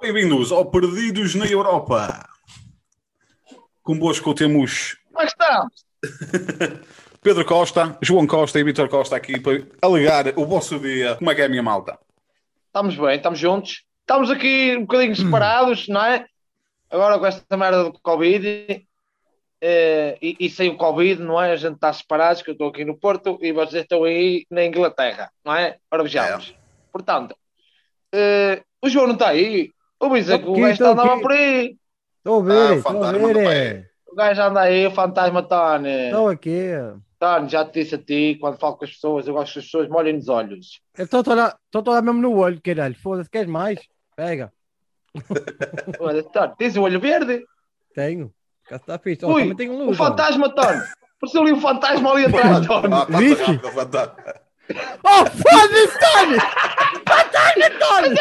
Bem-vindos ao Perdidos na Europa. Convosco temos Como está? Pedro Costa, João Costa e Vitor Costa aqui para alegar o vosso dia. Como é que é a minha malta? Estamos bem, estamos juntos. Estamos aqui um bocadinho separados, não é? Agora com esta merda do Covid eh, e, e sem o Covid, não é? A gente está separados, que eu estou aqui no Porto e vocês estão aí na Inglaterra, não é? Ora vejamos. Portanto, eh, o João não está aí. O Isaac, Estou o aqui, gajo estou andava aqui. por aí. Estou a Ah, ver, o estou a fantasma ver. do é. O gajo anda aí, o fantasma Tony. Estou aqui. Tony, já te disse a ti, quando falo com as pessoas, eu gosto que as pessoas me olhem nos olhos. Eu estou a te olhar- estou a te olhar mesmo no olho, caralho. Foda-se, queres mais? Pega. Olha, Tony, tens o olho verde? Tenho. Cá está fixe. Oh, Ui, também tenho luz. O ó. fantasma, Tony! Apareceu ali um fantasma ali atrás, Tony! Ah, Vixe. fantasma, fantasma. Oh, foda-se, Tony! Fantasma, Tony!